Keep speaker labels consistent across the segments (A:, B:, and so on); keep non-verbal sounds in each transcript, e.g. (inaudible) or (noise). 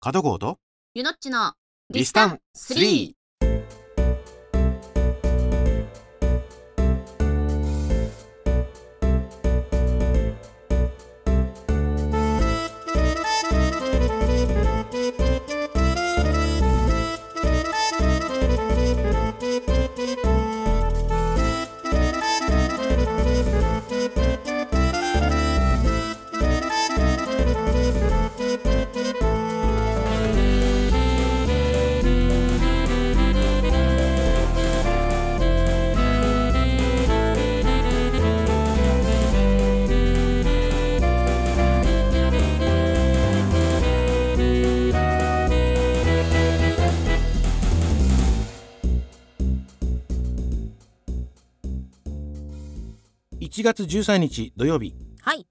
A: 角郷と
B: ゆのっちの
A: リスタン31月13日土曜日
B: はい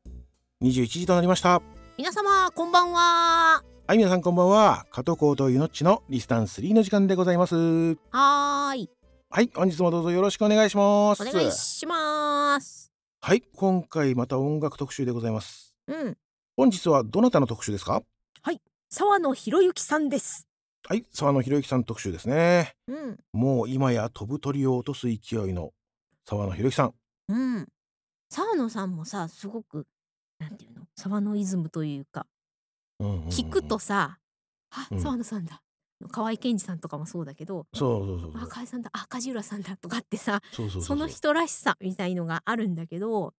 A: 21時となりました
B: 皆様こんばんは
A: はい皆さんこんばんは加藤郷とゆのっちのリスタン3の時間でございますは
B: はーい
A: い本日もどうぞよろしくお願いします
B: お願いします
A: はい今回また音楽特集でございます
B: うん
A: 本日はどなたの特集ですか
B: 沢野博之さんです
A: はい沢野博之さん特集ですね
B: うん
A: もう今や飛ぶ鳥を落とす勢いの沢野博之さん
B: うん沢野さんもさすごくなんていうの沢野イズムというか
A: うんうんうん
B: 聞くとさ、あ
A: うん
B: 沢野さんだ河合健二さんとかもそうだけど
A: そうそうそう
B: あ河合さんだあ梶浦さんだとかってさ
A: そうそううう
B: その人らしさみたいのがあるんだけど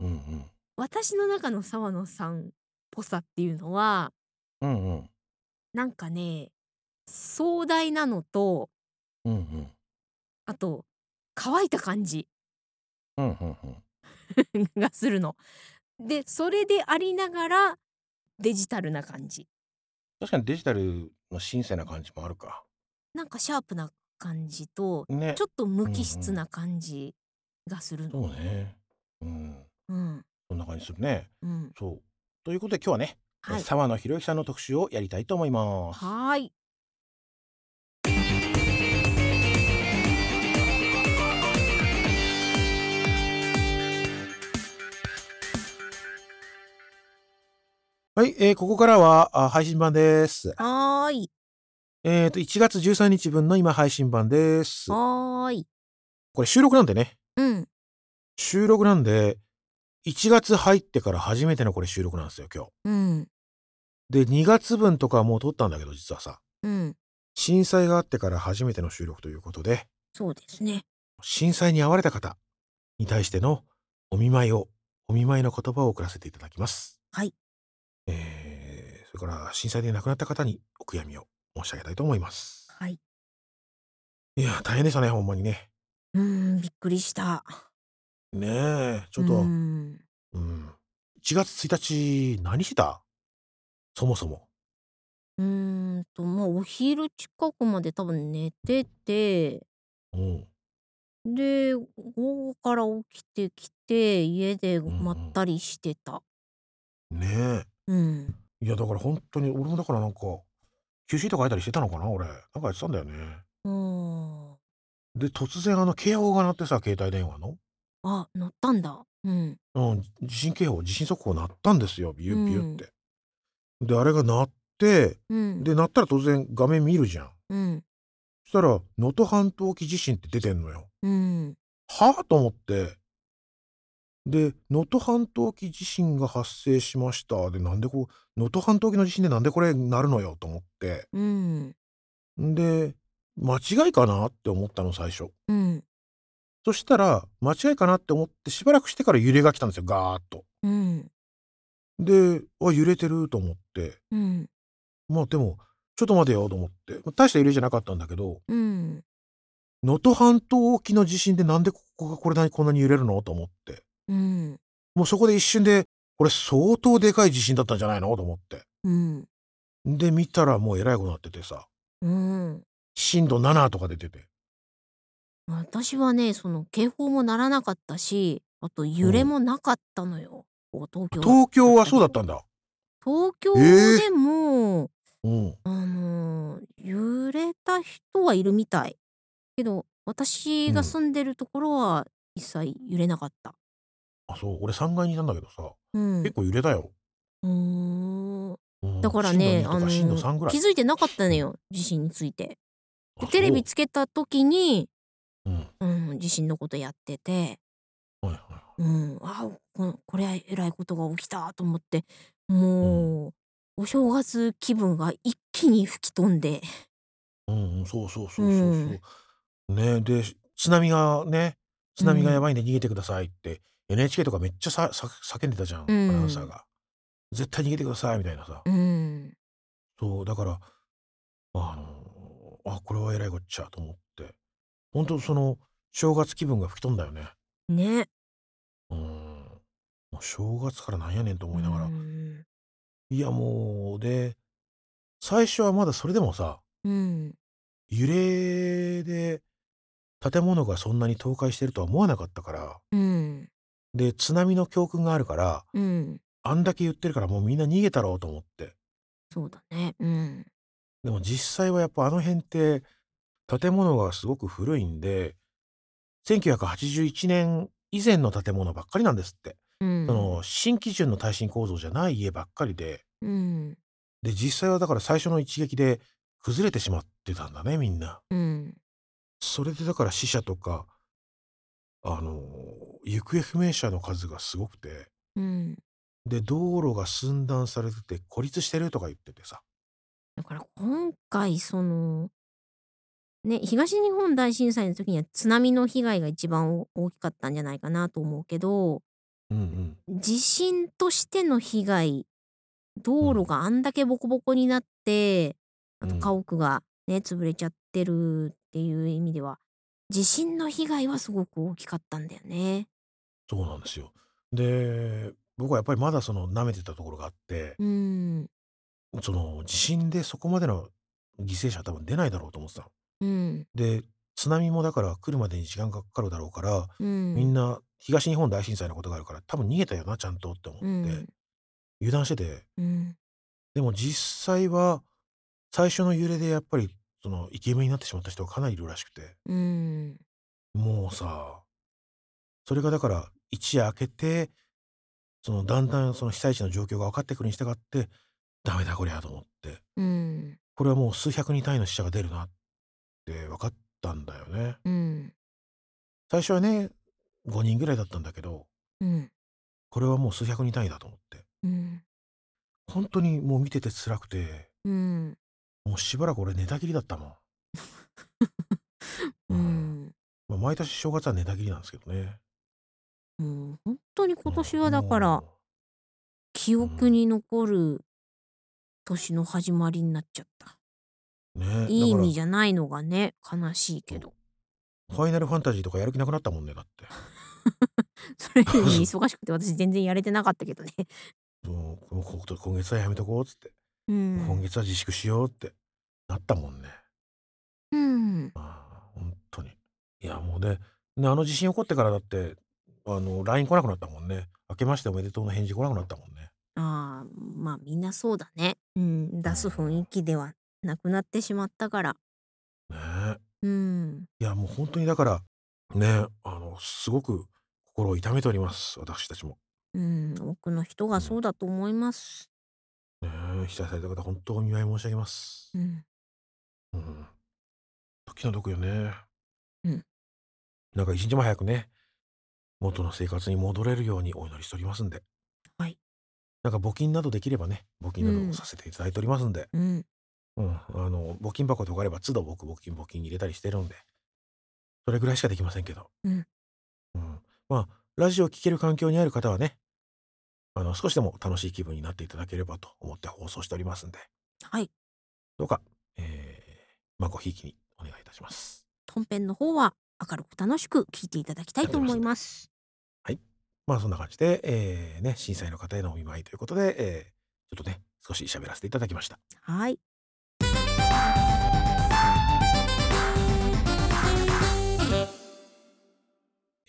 A: うんうん
B: 私の中の沢野さんっぽさっていうのは
A: うんうん
B: なんかね壮大なのと
A: うんうん
B: あと乾いた感じ (laughs)
A: うんうんうん
B: がするの。でそれでありながらデジタルな感じ
A: 確かにデジタルの新鮮な感じもあるか
B: なんかシャープな感じと
A: ね
B: ちょっと無機質な感じがするの。
A: そうねうん
B: うん
A: そんな感じするね
B: うん、
A: そうということで今日はね、
B: はい
A: 沢野博之さんの特集をやりたいと思います
B: はーい
A: はい、えーここからはあ配信版です
B: はーい
A: えっ、と1月13日分の今配信版です
B: はーい
A: これ収録なんでね
B: うん
A: 収録なんで1月入ってから初めてのこれ収録なんですよ今日
B: うん
A: で2月分とかはもう撮ったんだけど実はさ
B: うん
A: 震災があってから初めての収録ということで
B: そうですね。
A: 震災に遭われた方に対してのお見舞いをお見舞いの言葉を送らせていただきます
B: はい
A: えー、それから震災で亡くなった方にお悔やみを申し上げたいと思います
B: はい。
A: いや大変でしたねほんまにね
B: うーんびっくりした。
A: ねえちょっと
B: うー
A: うん
B: ん
A: 1月1日何してたそもそも
B: うーんとまあお昼近くまで多分寝てて
A: うん
B: で午後から起きてきて家で
A: んうん
B: まったりしてた。
A: ねえ
B: うん。
A: いやだから本当に俺もだからなんか QC とか書いたりしてたのかな俺なんかやってたんだよね
B: うん、
A: で突然あの警報が鳴ってさ携帯電話の、
B: あ乗ったんだ。うん。
A: うん、地震警報地震速報鳴ったんですよビュービューって、であれが鳴って
B: うん。
A: で鳴ったら当然画面見るじゃん
B: うん。
A: そしたら能登半島沖地震って出てんのよ
B: うん。
A: はあと思ってで能登半島沖地震が発生しましたでなんでこう能登半島沖の地震でなんでこれなるのよと思って
B: うん。
A: んで間違いかなって思ったの最初
B: うん。
A: そしたら間違いかなって思ってしばらくしてから揺れが来たんですよガーッと
B: うん。
A: であ揺れてると思って
B: うん。
A: まあでもちょっと待てよと思ってまあ大した揺れじゃなかったんだけど
B: うん。
A: 能登半島沖の地震でなんでここがこれなこんなに揺れるのと思って
B: うん。
A: もうそこで一瞬でこれ相当でかい地震だったんじゃないのと思って
B: うん。
A: で見たらもうえらいことになっててさ
B: うん。
A: 震度7とか出てて
B: 私はねその警報も鳴らなかったしあと揺れもなかったのよ、こう東京
A: 東京はそうだったんだ
B: 東京
A: えー
B: でも、
A: うん
B: あのー揺れた人はいるみたいけど私が住んでるところは一切揺れなかった
A: あそう俺3階にいたんだけどさ
B: うん
A: 結構揺れたよ
B: うーん
A: うん
B: だからね、
A: 震度
B: あ
A: 2と
B: の
A: か震度3ぐらい
B: 気づいてなかったのよ、地震について。
A: あそ
B: で
A: う
B: テレビつけた時に、
A: うんはい
B: うん、地震のことやってて、
A: はい
B: うん、あここれはえらいことが起きたと思って、もう、お正月気分が一気に吹き飛んで、
A: うんうんそうそうそうそうそう
B: うん
A: ねで津波がね津波がやばいんで逃げてくださいって NHK とかめっちゃささ叫んでたじゃん、
B: うん
A: アナウンサーが絶対逃げてくださいみたいなさ、
B: うん、
A: そうだからあのあこれはえらいこっちゃと思って本当その正月気分が吹き飛んだよね
B: ね。
A: うんもう正月からなんやねんと思いながら、
B: うん、
A: いやもうで最初はまだそれでもさ
B: うん、
A: 揺れで建物がそんなに倒壊してるとは思わなかったから
B: うん、
A: で津波の教訓があるから
B: うん、
A: あんだけ言ってるからもうみんな逃げたろうと思って
B: そうだね。うん、
A: でも実際はやっぱあの辺って建物がすごく古いんで1981年以前の建物ばっかりなんですって、
B: うん、
A: その新基準の耐震構造じゃない家ばっかりで
B: うん、
A: で実際はだから最初の一撃で崩れてしまってたんだねみんな。
B: うん、
A: それでだから死者とかあの行方不明者の数がすごくて
B: うん。
A: で道路が寸断されてて孤立してるとか言っててさ
B: だから今回そのね東日本大震災の時には津波の被害が一番お大きかったんじゃないかなと思うけど
A: うんうん
B: 地震としての被害道路があんだけボコボコになって、あ
A: う
B: と
A: ん
B: 家屋がね潰れちゃってるっていう意味では地震の被害はすごく大きかったんだよね。
A: そうなんですよで僕はやっぱりまだその舐めてたところがあって
B: うん
A: その地震でそこまでの犠牲者は多分出ないだろうと思ってたの
B: うん
A: で津波もだから来るまでに時間がかかるだろうから
B: うん
A: みんな東日本大震災のことがあるから多分逃げたよなちゃんとって思って、
B: うん
A: 油断してて
B: うん
A: でも実際は最初の揺れでやっぱりそのイケメンになってしまった人がかなりいるらしくて
B: うん
A: もうさそれがだから一夜明けてそのだんだんその被災地の状況が分かってくるに従ってダメだこりゃと思って
B: うん
A: これはもう数百人単位の死者が出るなって分かったんだよね
B: うん
A: 最初はね5人ぐらいだったんだけど
B: うん
A: これはもう数百人単位だと思って
B: うん
A: 本当にもう見てて辛くて
B: うん
A: もうしばらく俺寝たきりだったもん
B: (laughs) う
A: うん
B: ん、
A: まあ、毎年正月は寝たきりなんですけどね。
B: もう本当に今年はだから
A: も
B: 記憶に残る年の始まりになっちゃった。
A: うね、
B: いい意味じ
A: ゃ
B: ゃないのがね悲しいけど (laughs)
A: ファイナルファンタジーとかやる気なくなったもんねだって。
B: それより忙しくて私全然やれてなかったけどね。 (laughs)
A: もうもうこ今月はやめとこうっつって、
B: うん
A: 今月は自粛しようってなったもんね。
B: うん
A: ああ本当に。いやもうねねあの地震起こってからだってあの LINE 来なくなったもんね。明けましておめでとうの返事来なくなったもんね。
B: ああまあみんなそうだね、うん、出す雰囲気ではなくなってしまったから。
A: ね
B: うん
A: いやもう本当にだからねあのすごく心を痛めております私たちも。
B: うん、多くの人がそうだと思います。
A: ねえ被災された方本当にお見舞い申し上げます。
B: うん、
A: うん。気の毒よね。
B: うん。
A: なんか一日も早くね、元の生活に戻れるようにお祈りしておりますんで。
B: はい。
A: なんか募金などできればね、募金など
B: う
A: も
B: ん
A: させていただいておりますんで、
B: うん、
A: うん、あの、募金箱とかあれば、都度僕募金募金入れたりしてるんで、それぐらいしかできませんけど。
B: うん。
A: うん。まあ、ラジオを聴ける環境にある方はね、あの、少しでも楽しい気分になっていただければと思って放送しておりますんで、
B: はい
A: どうか、えー、まあ、ごひいきにお願いいたします。
B: 本編の方は明るく楽しく聞いていただきたいと思います。
A: まあそんな感じで、えーね、震災の方へのお見舞いということで、えーちょっとね、少し喋らせていただきました。
B: はい。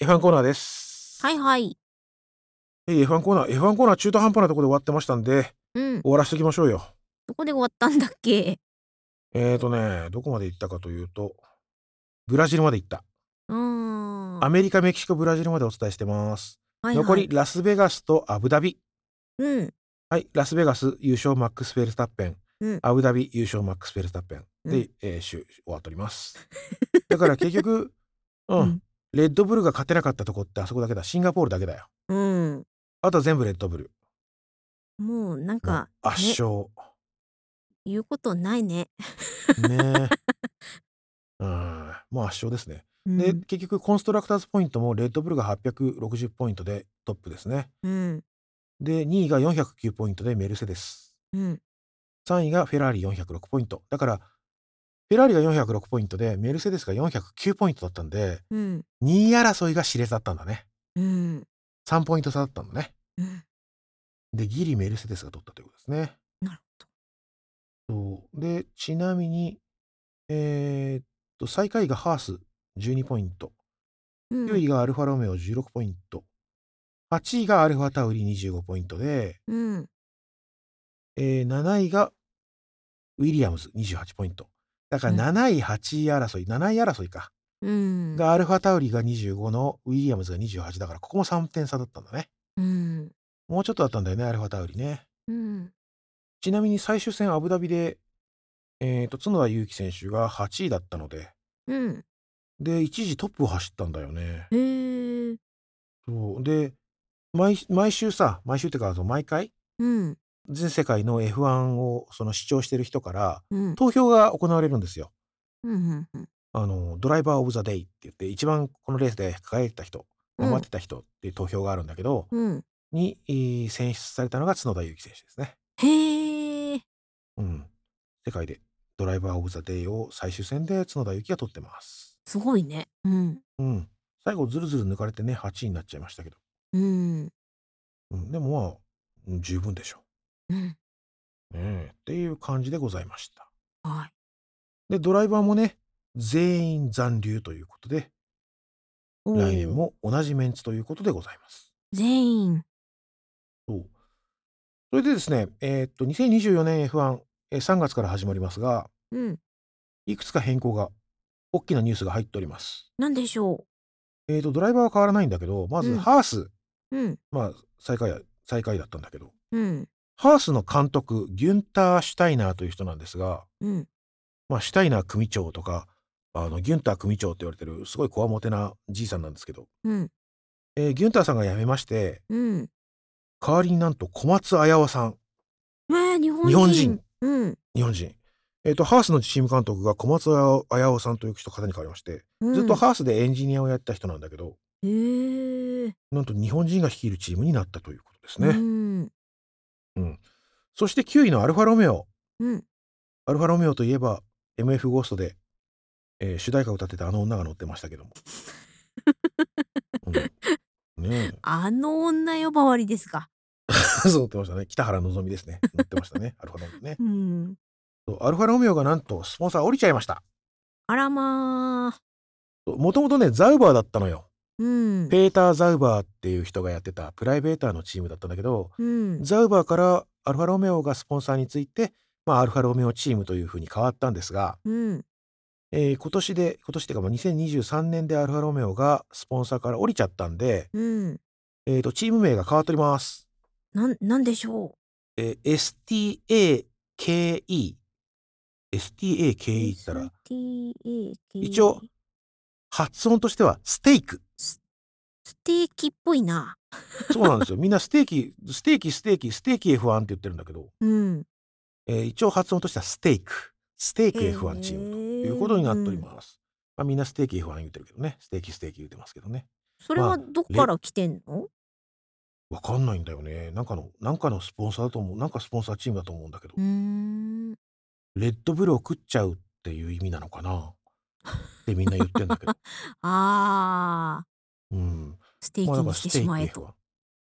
A: F1 コーナーです。
B: はいはい。
A: えー F1 コーナー、F1 コーナー中途半端なところで終わってましたんで、
B: うん。
A: 終わらせていきましょうよ。
B: どこで終わったんだっけ
A: えーとね、どこまで行ったかというと、ブラジルまで行った。
B: うーん。
A: アメリカ、メキシコ、ブラジルまでお伝えしてます。
B: はいはい
A: 残り、ラスベガスとアブダビ。
B: うん。
A: ははい、ラスベガス優勝マックス・フェルスタッペン、
B: うん。
A: アブダビ優勝マックス・フェルスタッペン
B: うん。
A: で、えー、しゅ終わっております。だから結
B: (laughs)
A: 局、う、
B: うんん。
A: レッドブルが勝てなかったとこってあそこだけだ、シンガポールだけだよ。
B: うん。
A: あとは全部レッドブル。
B: もうなん
A: の
B: か、ね。
A: 圧勝。
B: 言うことないね。 (laughs)
A: ね。うん、もう圧勝ですね。
B: う
A: で、
B: ん。
A: 結局コンストラクターズポイントもレッドブルが860ポイントでトップですね。
B: うん。
A: で、2位が409ポイントでメルセデス。
B: うん。
A: 3位がフェラーリ406ポイント。だから、フェラーリが406ポイントで、メルセデスが409ポイントだったんで、
B: うん。
A: 2位争いが熾烈だったんだね。
B: うん。
A: 3ポイント差だったんだね。
B: うん。
A: で、ギリメルセデスが取ったということですね。
B: なるほど。
A: そう。で、ちなみに、えーっと、最下位がハース12ポイント。
B: う
A: 9
B: ん。
A: 位がアルファロメオ16ポイント。8位がアルファタウリ25ポイントで、
B: うん。
A: えー7位がウィリアムズ28ポイント。だか
B: う
A: ら
B: ん。
A: 7位、8位争い、7位争いか。
B: うん。
A: がアルファタウリが25のウィリアムズが28だから、ここも3点差だったんだね。
B: うん。
A: もうちょっとだったんだよね、アルファタウリね。
B: うん。
A: ちなみに最終戦アブダビで、えーと、角田裕樹選手が8位だったので、
B: うん。
A: で、一時トップを走ったんだよね。
B: へえ。
A: そう。で、毎毎週さ、毎週ってか、あの毎回、
B: うん。
A: 全世界の F1 をその視聴してる人から
B: うん。
A: 投票が行われるんですよ。
B: うん。うん。
A: あのドライバー・オブ・ザ・デイって言って一番このレースで輝いた人
B: う
A: 頑張っ
B: ん。
A: てた人っていう投票があるんだけど
B: うん。
A: に、えー選出されたのが角田裕樹選手ですね。
B: へえ。
A: うん、世界でドライバー・オブ・ザ・デイを最終戦で角田裕樹が取ってます。
B: すごいね。うん。
A: うん、最後ずるずる抜かれてね8位になっちゃいましたけど、
B: うん。
A: うん、でもまあうん十分でしょ
B: うん。
A: う。ねえっていう感じでございました。
B: はい。
A: でドライバーもね全員残留ということで来年
B: おお。
A: も同じメンツということでございます。
B: 全員。
A: そうそれでですね、えーっと2024年 F1、えー3月から始まりますが、
B: うん。
A: いくつか変更が、大きなニュースが入っております。
B: なんでしょ
A: えーっと、ドライバーは変わらないんだけど、ま
B: う。
A: ず
B: うん。
A: ハース、
B: うん。
A: まあ、最下位、最下位だったんだけど、
B: うん。
A: ハースの監督、ギュンター・シュタイナーという人なんですが、
B: うん。
A: まあ、シュタイナー組長とか、あのギュンター組長って言われてる、すごいこわもてなじいさんなんですけど、
B: うん。
A: えーギュンターさんが辞めまして、
B: うん。
A: 代わりになんと小松彩和さん、
B: ええ、日
A: 日
B: 本
A: 本
B: 人。
A: 人、
B: うん。
A: 日本人。えっと、ハースのチーム監督が小松彩夫さんという人方に変わりまして、
B: う
A: ずっと
B: ん。
A: ハースでエンジニアをやってた人なんだけど、
B: へえ。
A: なんと日本人が率いるチームになったということです
B: う
A: ね。
B: ん。
A: うん。そして9位のアルファロメオ。
B: うん。
A: アルファロメオといえば、MF ゴーストで、えー主題歌を歌ってたあの女が乗ってましたけ
B: (laughs)
A: ども。うん。ねえ。
B: あの女呼ばわりですか。
A: そう乗ってましたね。北原のぞみですね。乗ってましたね。アルファロメオね。
B: うん。
A: そうアルファロメオがなんとスポンサー降りちゃいました。
B: あらまあ。
A: もともとね、ザウバーだったのよ。
B: うん。
A: ペーター・ザウバーっていう人がやってたプライベーターのチームだったんだけど、
B: うん。
A: ザウバーからアルファロメオがスポンサーについて、まあ、アルファロメオチームというふうに変わったんですが、
B: うん。
A: えー今年で、今年っていうかまあ2023年でアルファロメオがスポンサーから降りちゃったんで、
B: うん。
A: えーと、チーム名が変わっております。
B: なん、なんでしょ
A: えー STAKE。STAKE って
B: う。
A: 言ったら、一応
B: STAK。
A: 発音としてはステーキ。
B: スステーキっぽいな。
A: そうなんですよ。みんなステーキ、ステーキ、ステーキ、ステーキ F1 って言ってるんだけど、
B: うん。
A: えー一応発音としてはステーク。ステー
B: へ
A: ク F1 チームという
B: え。
A: ことになってお
B: う
A: り
B: ん。
A: ます。まあ、みんなステーキ F1 言ってるけどね。ステーキステーキ言ってますけどね。
B: それは
A: まあ、
B: どっか
A: レ、
B: ら来てんの
A: わかんないんだよね。なんかの、なんかのスポンサーだと思う。なんかスポンサーチームだと思うんだけど。
B: うーん。
A: レッドブルを食っちゃうっていう意味なのかなってみんな言ってんだ
B: (laughs)
A: けど。
B: ああ、
A: うん。
B: ステー
A: まあ
B: キ
A: だか
B: に
A: ら
B: し
A: ス
B: て
A: テ
B: し
A: ー
B: ま
A: キ
B: えと。
A: F1。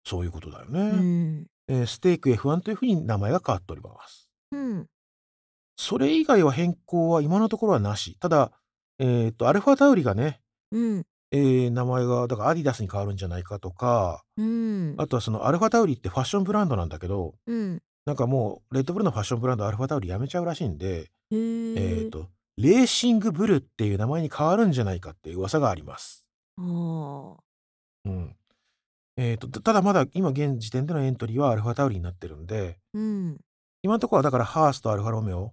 A: そういうことだよ
B: う
A: ね。
B: ん。
A: えーステーク F1 というふうに名前が変わっております。
B: うん。
A: それ以外は変更は今のところはなし。ただ、えっ、と、アルファタウリがね、
B: うん。
A: えー名前がだからアディダスに変わるんじゃないかとか
B: うん。
A: あとはそのアルファタウリってファッションブランドなんだけど
B: うん。
A: なんかもうレッドブルのファッションブランドアルファタウリやめちゃうらしいんでえ
B: へ
A: っ、
B: え。
A: とレーシングブルっていう名前に変わるんじゃないかっていう噂があります。
B: ああ。
A: うんえっと、たただまだ今現時点でのエントリーはアルファタウリになってるんで
B: うん。
A: 今んとこはだからハースとアルファロメオ、
B: う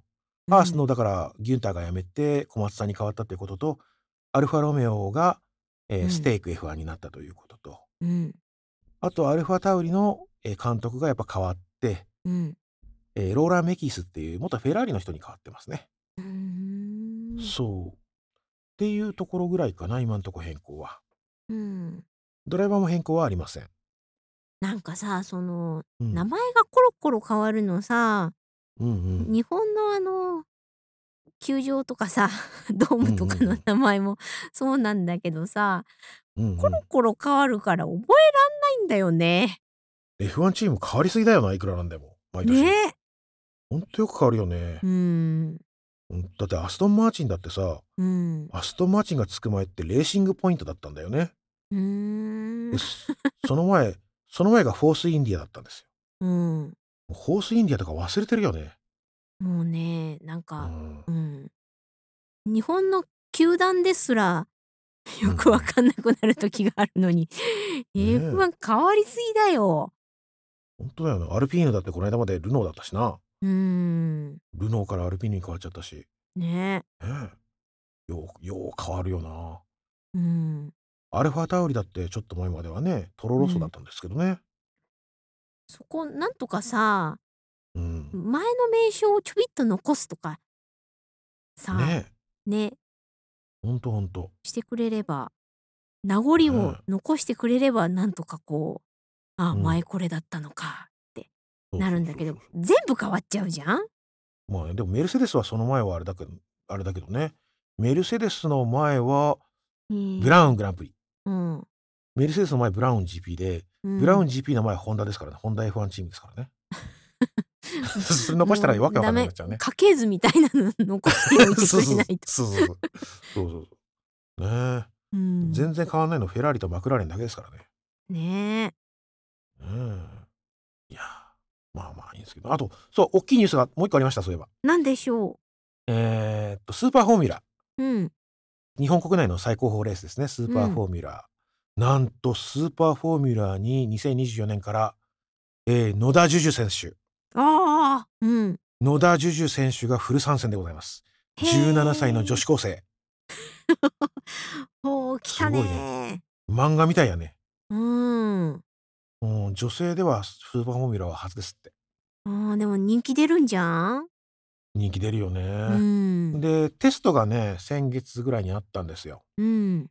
A: ハース
B: ん。
A: のだからギュンターが辞めて小松さんに変わったということと、アルファロメオが、え
B: う
A: え、ス
B: ん。
A: テーク F1 になったということと、
B: うん。
A: あとアルファタウリの、え、監督がやっぱ変わって、
B: うん。
A: ええ、ローラン・メキスっていう元フェラーリの人に変わってますね。
B: うーん。
A: そう。っていうところぐらいかな、今んとこ変更は。
B: うん。
A: ドライバーも変更はありません。
B: なんかさ、その、
A: う
B: 名
A: ん。
B: 前がコロコロ変わるのさ、
A: うんうん。
B: 日本のあの、球場とかさ、 (laughs) ドー
A: うんう
B: ムとか
A: んう
B: の
A: ん。
B: 名前もそうなんだけどさ、
A: うんう
B: コロ
A: ん。
B: コロ変わるから覚えらんないんだよね。
A: F1 チーム変わりすぎだよな、いくらなんでも、毎年。
B: ね。
A: ほんとよく変わるよ
B: う
A: ね。
B: ーん。
A: うん、だってアストン・マーチンだってさ、
B: うん。
A: アストン・マーチンがつく前ってレーシングポイントだったんだよね。
B: うーん。
A: で、すその前、その前がフォースインディアだったんですよ。
B: うん。
A: もうフォースインディアとか忘れてるよね。
B: もうね、なん
A: う
B: か、
A: ん。
B: うん。日本の球団ですら、
A: う
B: よ
A: んう
B: くわ
A: ん。
B: かんなくなる時があるのに、
A: (laughs) ねえ。
B: F1 変わりすぎだよ。
A: ほんとだよね。アルピーヌだってこの間までルノーだったしな。
B: うーん。
A: ルノーからアルピーヌに変わっちゃったし。
B: ね。
A: ねえ。よう、よう変わるよな。
B: うん。
A: アルファタウリだってちょっと前まではね、トロ
B: う
A: ロッソだっ
B: ん。
A: たんですけどね。
B: そこ、なんとかさ、
A: うん。
B: 前の名称をちょびっと残すとかさ、
A: ねえ。
B: ね、
A: ほんとほんと。
B: してくれれば、名残
A: ね
B: を
A: え。
B: 残してくれれば、なんとかこう、ああ、
A: う
B: 前
A: ん。
B: これだったのかって
A: そう
B: な
A: そ
B: る
A: うん
B: だ
A: そう
B: けど、
A: そうそう。
B: 全部変わっちゃうじゃん
A: まあね、でもメルセデスはその前はあれだけど、あれだけどね。メルセデスの前は、ブラウン
B: ええ
A: グランプリ。
B: うん。
A: メルセデスの前ブラウン GP で、
B: う
A: ブラウン
B: ん。
A: GP の前ホンダですからね。ホンダ F1 チームですから
B: (laughs)
A: ね。 (laughs) それ残した
B: も
A: ら
B: う
A: わけわ
B: ダ
A: かんなくな
B: メ
A: っちゃうね。
B: 家系図みたいなの残しておいて
A: そ
B: く
A: うそ
B: れ
A: うそう。
B: ないと。
A: そうそうそう。そうそうそう。ねえ。
B: う
A: 全
B: ん。
A: 然変わんないのフェラーリとマクラーレンだけですからね。
B: ねえ。
A: うん。いや、まあまあいいんですけど。あと、そう、大きいニュースがもう一個ありました、そういえば。
B: なんでしょ
A: えーっと、スーパーフォーミュラ。
B: う。うん。
A: 日本国内の最高峰レースですね、スー
B: う
A: パー
B: ん。
A: フォーミュラー。なんと、スーパーフォーミュラーに2024年から、えー野田樹樹選手。
B: ああ。うん。
A: 野田樹樹選手がフル参戦でございます。17歳の
B: へ
A: 女
B: え。
A: 子高生。
B: おー、来
A: す
B: た
A: ごいね。
B: ね
A: 漫画みたいやね。
B: ー。うん。
A: うん、女性ではスーパーフォーミュラーは初ですって。
B: あーでも人気出るんじゃん
A: 人気出るよ
B: う
A: ね。
B: ん。
A: で、テストがね、先月ぐらいにあったんですよ。
B: うん。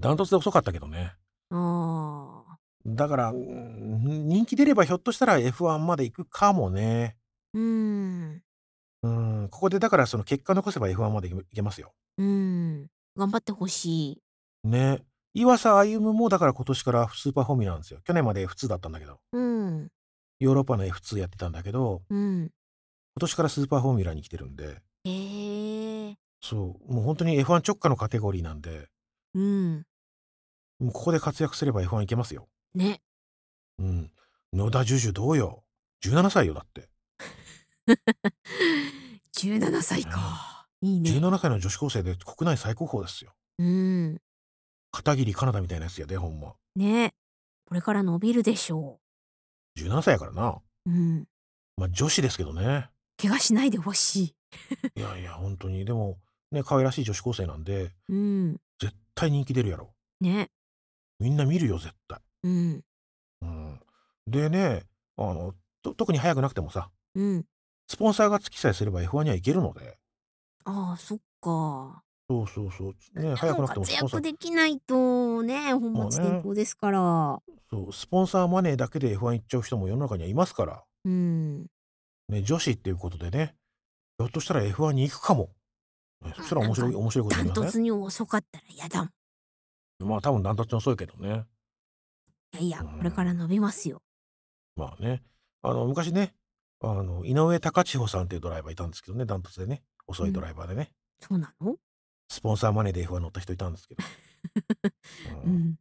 A: ダントツで遅かったけどね。
B: ああ。
A: だから、うん人気出ればひょっとしたら F1 まで行くかもね。
B: うん。
A: うん、ここでだからその結果残せば F1 まで行けますよ。
B: うん。頑張ってほしい。
A: ね。岩佐歩夢もだから今年からスーパーフォーミュラーなんですよ。去年まで F2 だったんだけど。
B: うん。
A: ヨーロッパの F2 やってたんだけど、
B: うん。
A: 今年からスーパーフォーミュラーに来てるんで、
B: へえ。
A: そう、もう本当に F1 直下のカテゴリーなんで、
B: うん。
A: もうここで活躍すれば F1 行けますよ。
B: ね。
A: うん。野田樹樹どうよ。17歳よ、だって。
B: 17歳
A: ね
B: か。いい
A: え
B: ね。
A: 17歳の女子高生で国内最高峰ですよ。
B: うん。
A: 片桐カナダみたいなやつやで、ほんま。
B: ね。これから伸びるでしょ
A: 17歳やからな。
B: う。うん。
A: まあ女子ですけどね。
B: 怪我しないでほしい。
A: いやいや、本当に。でも、ね、可愛らしい女子高生なんで、
B: うん。
A: 絶対人気出るやろ。
B: ね。
A: みんな見るよ、絶対。
B: うん。
A: うん。でね、あの、と特に早くなくてもさ、
B: うん。
A: スポンサーが付きさえすれば F1 には行けるので、
B: ああ、そっか。
A: そうそうそう、
B: みん
A: ね、
B: な
A: 早くな
B: も
A: くても
B: 活
A: スポンサ
B: 躍
A: ー、
B: できないとね、本
A: もう
B: 末転
A: ね、
B: 倒ですから。
A: そう、スポンサーマネーだけで F1 行っちゃう人も世の中にはいますから、
B: うん。
A: ね、女子っていうことでね、ひょっとしたら F1 に行くかも。ねそしたら
B: なん
A: 面白
B: か
A: い、面白いこと
B: ダ
A: に
B: ン
A: なり
B: ト
A: ませ
B: ツに遅かったら嫌だもん。
A: んまあ多分ダントツに遅いけどね。
B: いやいうや、これから
A: ん。
B: 伸びますよ。
A: まあね、あの、昔ね、あの、井上貴千穂さんっていうドライバーいたんですけどね、ダントツでね、遅
B: う
A: いド
B: ん。
A: ライバーでね、
B: そうなの
A: スポンサーマネーで F1 乗った人いたん
B: (laughs)
A: ですけど、う、
B: うんん。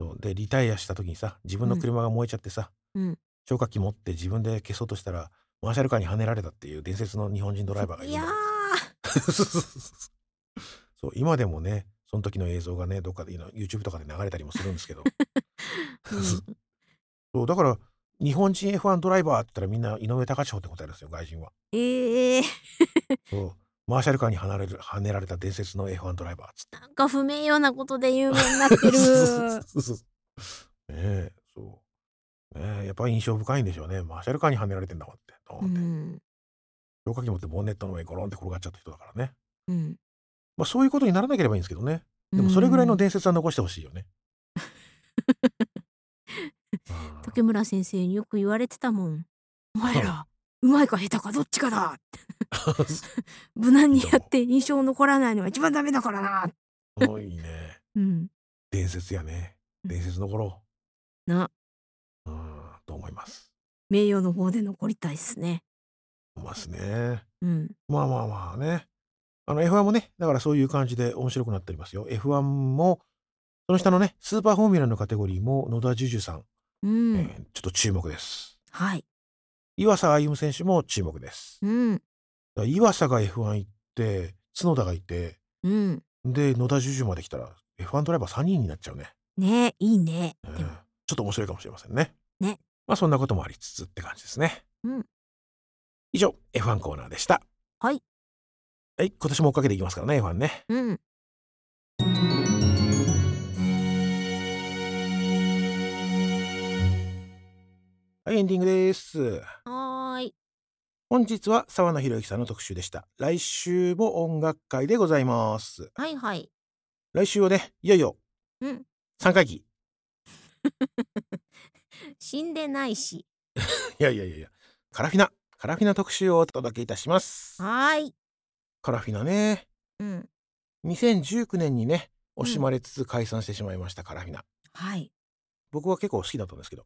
A: そうで、リタイアした時にさ、自分
B: う
A: の
B: ん。
A: 車が燃えちゃってさ、
B: うん。
A: 消火器持って自分で消そうとしたら、マーシャルカーにはねられたっていう伝説の日本人ドライバーがい
B: い
A: る
B: や
A: んだけど。
B: ー。 (laughs)
A: そう、今でもね、その時の映像がね、どっかで、今 YouTube とかで流れたりもするんですけど、
B: うん。
A: (laughs) そう、だから、日本人 F1 ドライバーって言ったらみんな井上貴史って答えるんですよ、外人は。
B: ええ。
A: そう、マーシャルカーにはなれるはねられた伝説の F1 ドライバーっつって。
B: (laughs) なんか不名誉なことで有名になってる。
A: そうそうそう (laughs) そうそう。ねえ、そう。ねえ、やっぱり印象深いんでしょうね。マーシャルカーにはねられてんだもんって、ドー
B: う
A: ンって。
B: ん。
A: 消火器持ってボンネットの上にゴロンって転がっちゃった人だからね。
B: うん。
A: ま、そういうことにならなければいいんですけどね。
B: う
A: でもそれぐらいの
B: ん。
A: 伝説は残して欲しいよ
B: (laughs)
A: ね。うーん。
B: 竹村先生によく言われてたもん。お前
A: うん。
B: ら、上手いか下手かどっち
A: (laughs)
B: かだって。
A: す
B: 無難
A: いい
B: に
A: と
B: やっ
A: 思う。
B: て印象残らないのが一番ダメだからな。
A: お、いいね。
B: うん。
A: 伝説やね。
B: うん。
A: 伝説残ろう。
B: な。
A: うーん、と思います。
B: 名誉の方で残りたいっすね。
A: ますね。
B: うん。
A: まあまあまあね。あの F1 もね、だからそういう感じで面白くなっておりますよ。F1 も、その下のね、スーパーフォーミュラのカテゴリーも野田樹潤さん、
B: う
A: え
B: ん。
A: ーちょっと注目です。
B: はい。
A: 岩佐歩夢選手も注目です。
B: うん。
A: だ岩佐が F1 行って、角田がいて、
B: うん。
A: で、野田樹潤まで来たら F1 ドライバー3人になっちゃうね。
B: ね、いいね、
A: うん、
B: でも。
A: ちょっと面白いかもしれませんね。
B: ね。
A: まあそんなこともありつつって感じですね。
B: うん。
A: 以上、F1 コーナーでした。
B: はい。
A: はい、今年も追っかけていきますからね、F1 ね。
B: うん。
A: はい、エンディングです。
B: はい。
A: 本日は沢野博之さんの特集でした。来週も音楽会でございます。
B: はいはい。
A: 来週はね、いよいよ
B: うん。
A: 三回忌。
B: 死んでないし。
A: いやいやいやいや、カラフィナ、カラフィナ特集をお届けいたします。
B: はい。
A: カラフィナね、
B: うん。
A: 2019年にね、惜
B: う
A: し
B: ん。
A: まれつつ解散してしまいましたカラフィナ。
B: はい。
A: 僕は結構好きだったんですけど、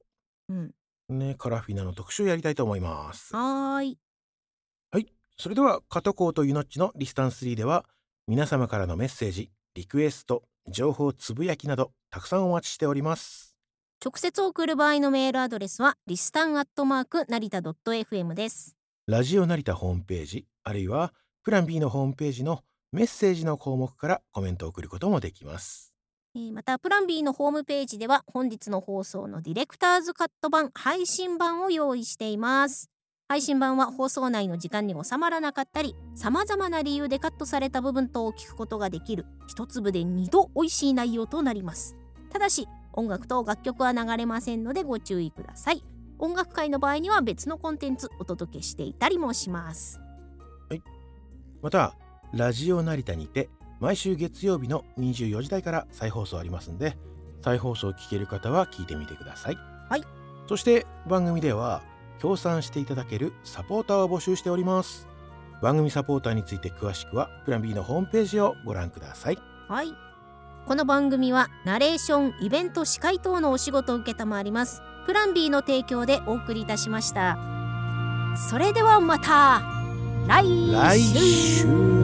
B: うん。
A: ね、カラフィナの特集やりたいと思います。
B: はい。
A: はい。それでは、加藤コとユノッチのリスタンス3では、皆様からのメッセージ、リクエスト、情報つぶやきなど、たくさんお待ちしております。
B: 直接送る場合のメールアドレスは、リスタンアットマーク、成田 .fm です。
A: ラジオ成田ホームページ、あるいは、プラン B のホームページのメッセージの項目からコメントを送ることもできます。
B: えーまた、プラン B のホームページでは、本日の放送のディレクターズカット版、配信版を用意しています。配信版は放送内の時間に収まらなかったり、様々な理由でカットされた部分等を聞くことができる、一粒で二度美味しい内容となります。ただし、音楽と楽曲は流れませんのでご注意ください。音楽会の場合には別のコンテンツお届けしていたりもします。
A: はい。また、ラジオ成田にて、毎週月曜日の24時台から再放送ありますんで、再放送を聞ける方は聞いてみてください。
B: はい。
A: そして番組では協賛していただけるサポーターを募集しております。番組サポーターについて詳しくはプラン B のホームページをご覧ください。
B: はい。この番組はナレーション、イベント、司会等のお仕事を受けたまわります。プラン B の提供でお送りいたしました。それではまた来
A: 来
B: 週
A: 週